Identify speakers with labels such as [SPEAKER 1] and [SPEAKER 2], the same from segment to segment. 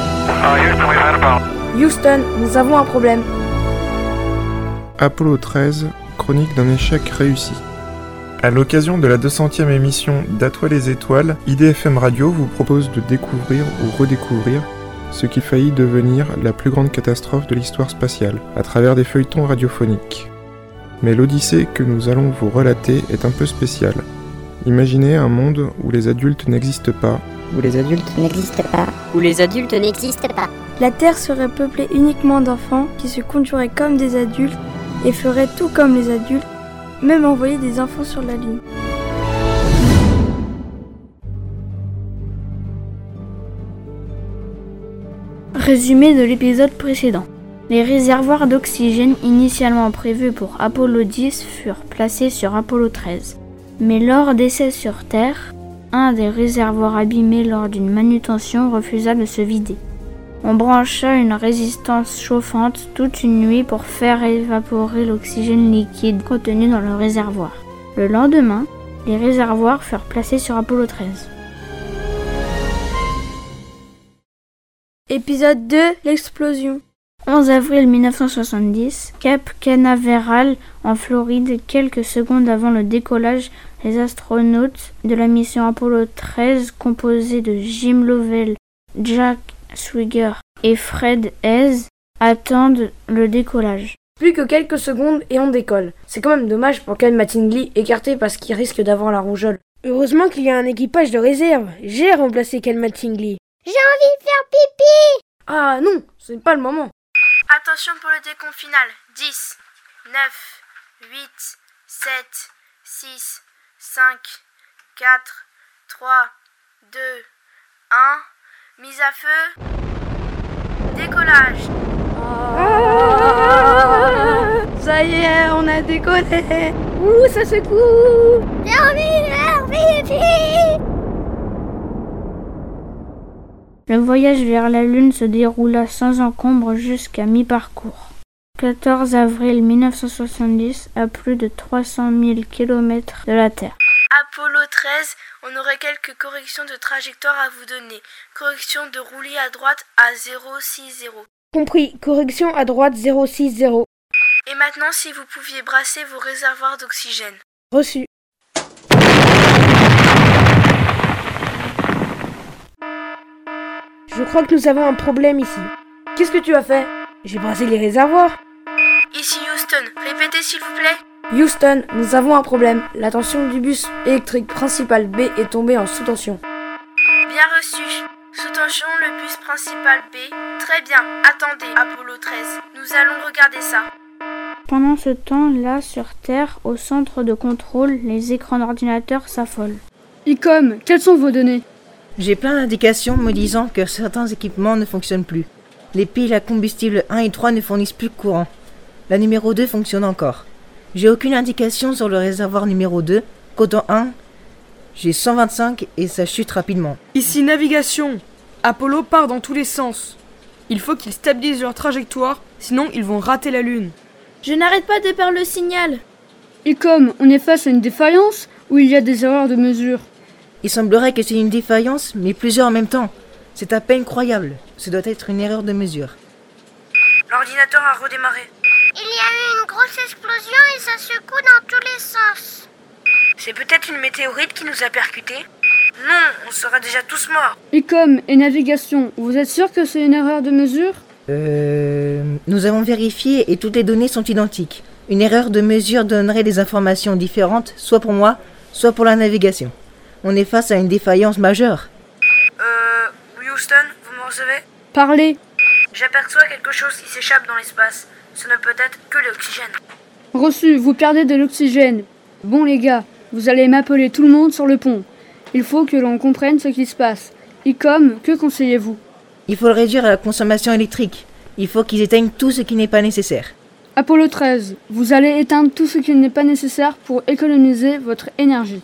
[SPEAKER 1] Houston, we've had a problem.
[SPEAKER 2] Houston, nous avons un problème.
[SPEAKER 3] Apollo 13, chronique d'un échec réussi. À l'occasion de la 200e émission d'Atoile les étoiles, IDFM Radio vous propose de découvrir ou redécouvrir ce qui faillit devenir la plus grande catastrophe de l'histoire spatiale, à travers des feuilletons radiophoniques. Mais l'odyssée que nous allons vous relater est un peu spéciale. Imaginez un monde où les adultes n'existent pas,
[SPEAKER 4] Où les adultes
[SPEAKER 5] n'existe pas,
[SPEAKER 4] Où les adultes
[SPEAKER 5] tu n'existes pas.
[SPEAKER 2] La Terre serait peuplée uniquement d'enfants qui se conduiraient comme des adultes et feraient tout comme les adultes, même envoyer des enfants sur la Lune.
[SPEAKER 6] Résumé de l'épisode précédent. Les réservoirs d'oxygène initialement prévus pour Apollo 10 furent placés sur Apollo 13. Mais lors d'essais sur Terre, un des réservoirs abîmés lors d'une manutention refusa de se vider. On brancha une résistance chauffante toute une nuit pour faire évaporer l'oxygène liquide contenu dans le réservoir. Le lendemain, les réservoirs furent placés sur Apollo 13.
[SPEAKER 2] Épisode 2, l'explosion.
[SPEAKER 6] 11 avril 1970, Cap Canaveral en Floride, quelques secondes avant le décollage, les astronautes de la mission Apollo 13 composés de Jim Lovell, Jack Swigger et Fred Hayes attendent le décollage.
[SPEAKER 2] Plus que quelques secondes et on décolle. C'est quand même dommage pour Ken Mattingly écarté parce qu'il risque d'avoir la rougeole.
[SPEAKER 7] Heureusement qu'il y a un équipage de réserve. J'ai remplacé Kelma Tingley.
[SPEAKER 2] Ah non, ce n'est pas le moment.
[SPEAKER 8] Attention pour le décompte final. 10, 9, 8, 7, 6, 5, 4, 3, 2, 1. Mise à feu. Décollage.
[SPEAKER 2] Ça y est, on a décollé.
[SPEAKER 7] Ouh, ça secoue
[SPEAKER 6] Le voyage vers la Lune se déroula sans encombre jusqu'à mi-parcours. 14 avril 1970, à plus de 300 000 km de la Terre.
[SPEAKER 8] Apollo 13, on aurait quelques corrections de trajectoire à vous donner. Correction de rouler à droite à 060.
[SPEAKER 7] Compris. Correction à droite 060.
[SPEAKER 8] Et maintenant, si vous pouviez brasser vos réservoirs d'oxygène.
[SPEAKER 7] Reçu. Je crois que nous avons un problème ici.
[SPEAKER 2] Qu'est-ce que tu as fait
[SPEAKER 7] J'ai brassé les réservoirs.
[SPEAKER 8] Ici Houston, répétez s'il vous plaît.
[SPEAKER 2] Houston, nous avons un problème. La tension du bus électrique principal B est tombée en sous-tension.
[SPEAKER 8] Bien reçu. Sous tension, le bus principal B. Très bien. Attendez, Apollo 13. Nous allons regarder ça.
[SPEAKER 6] Pendant ce temps-là, sur Terre, au centre de contrôle, les écrans d'ordinateur s'affolent.
[SPEAKER 9] ICOM, quelles sont vos données
[SPEAKER 10] J'ai plein d'indications me disant que certains équipements ne fonctionnent plus. Les piles à combustible 1 et 3 ne fournissent plus de courant. La numéro 2 fonctionne encore. J'ai aucune indication sur le réservoir numéro 2. Coton 1, j'ai 125 et ça chute rapidement.
[SPEAKER 11] Ici navigation. Apollo part dans tous les sens. Il faut qu'ils stabilisent leur trajectoire, sinon ils vont rater la Lune.
[SPEAKER 8] Je n'arrête pas de perdre le signal.
[SPEAKER 9] ICOM, on est face à une défaillance ou il y a des erreurs de mesure
[SPEAKER 10] Il semblerait que c'est une défaillance, mais plusieurs en même temps. C'est à peine croyable. Ce doit être une erreur de mesure.
[SPEAKER 8] L'ordinateur a redémarré.
[SPEAKER 5] Il y a eu une grosse explosion et ça secoue dans tous les sens.
[SPEAKER 8] C'est peut-être une météorite qui nous a percutés. Non, on sera déjà tous morts.
[SPEAKER 9] ICOM et navigation, vous êtes sûr que c'est une erreur de mesure
[SPEAKER 10] Euh, nous avons vérifié et toutes les données sont identiques. Une erreur de mesure donnerait des informations différentes, soit pour moi, soit pour la navigation. On est face à une défaillance majeure.
[SPEAKER 8] Euh. Houston, vous me recevez
[SPEAKER 9] Parlez
[SPEAKER 8] J'aperçois quelque chose qui s'échappe dans l'espace. Ce ne peut être que l'oxygène.
[SPEAKER 9] Reçu, vous perdez de l'oxygène. Bon les gars, vous allez m'appeler tout le monde sur le pont. Il faut que l'on comprenne ce qui se passe. ICOM, que conseillez-vous
[SPEAKER 10] Il faut le réduire à la consommation électrique. Il faut qu'ils éteignent tout ce qui n'est pas nécessaire.
[SPEAKER 9] Apollo 13, vous allez éteindre tout ce qui n'est pas nécessaire pour économiser votre énergie.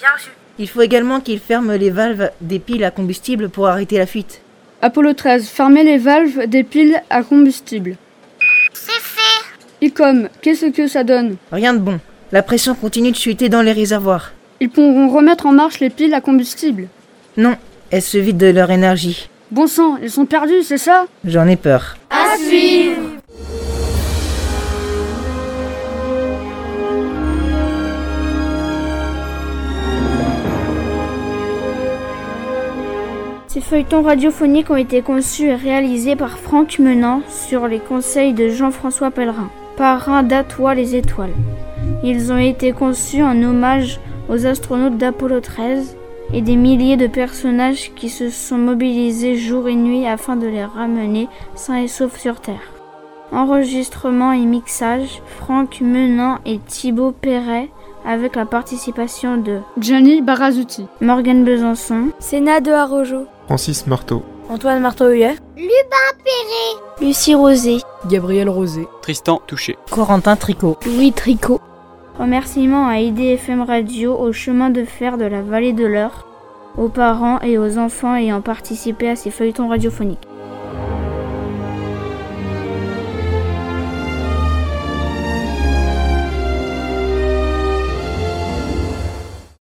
[SPEAKER 8] Bien reçu.
[SPEAKER 10] Il faut également qu'ils ferment les valves des piles à combustible pour arrêter la fuite.
[SPEAKER 9] Apollo 13, fermez les valves des piles à combustible.
[SPEAKER 5] C'est fait.
[SPEAKER 9] ICOM, qu'est-ce que ça donne
[SPEAKER 10] Rien de bon. La pression continue de chuter dans les réservoirs.
[SPEAKER 9] Ils pourront remettre en marche les piles à combustible.
[SPEAKER 10] Non, elles se vident de leur énergie.
[SPEAKER 9] Bon sang, ils sont perdus, c'est ça
[SPEAKER 10] J'en ai peur.
[SPEAKER 8] À suivre
[SPEAKER 6] Ces feuilletons radiophoniques ont été conçus et réalisés par Franck Menant sur les conseils de Jean-François Pellerin, parrain d'Atois les Étoiles. Ils ont été conçus en hommage aux astronautes d'Apollo 13 et des milliers de personnages qui se sont mobilisés jour et nuit afin de les ramener sains et saufs sur Terre. Enregistrement et mixage, Franck Menant et Thibaut Perret avec la participation de
[SPEAKER 9] Gianni Barazuti.
[SPEAKER 6] Morgan Besançon,
[SPEAKER 2] Sénat de Harojo,
[SPEAKER 3] Francis Marteau,
[SPEAKER 7] Antoine Marteau-Huyet
[SPEAKER 6] Lucie Rosé,
[SPEAKER 7] Gabriel Rosé.
[SPEAKER 1] Tristan touché.
[SPEAKER 10] Corentin Tricot.
[SPEAKER 6] Louis Tricot. Remerciements à IDFM Radio, au chemin de fer de la vallée de l'Eure, aux parents et aux enfants ayant participé à ces feuilletons radiophoniques.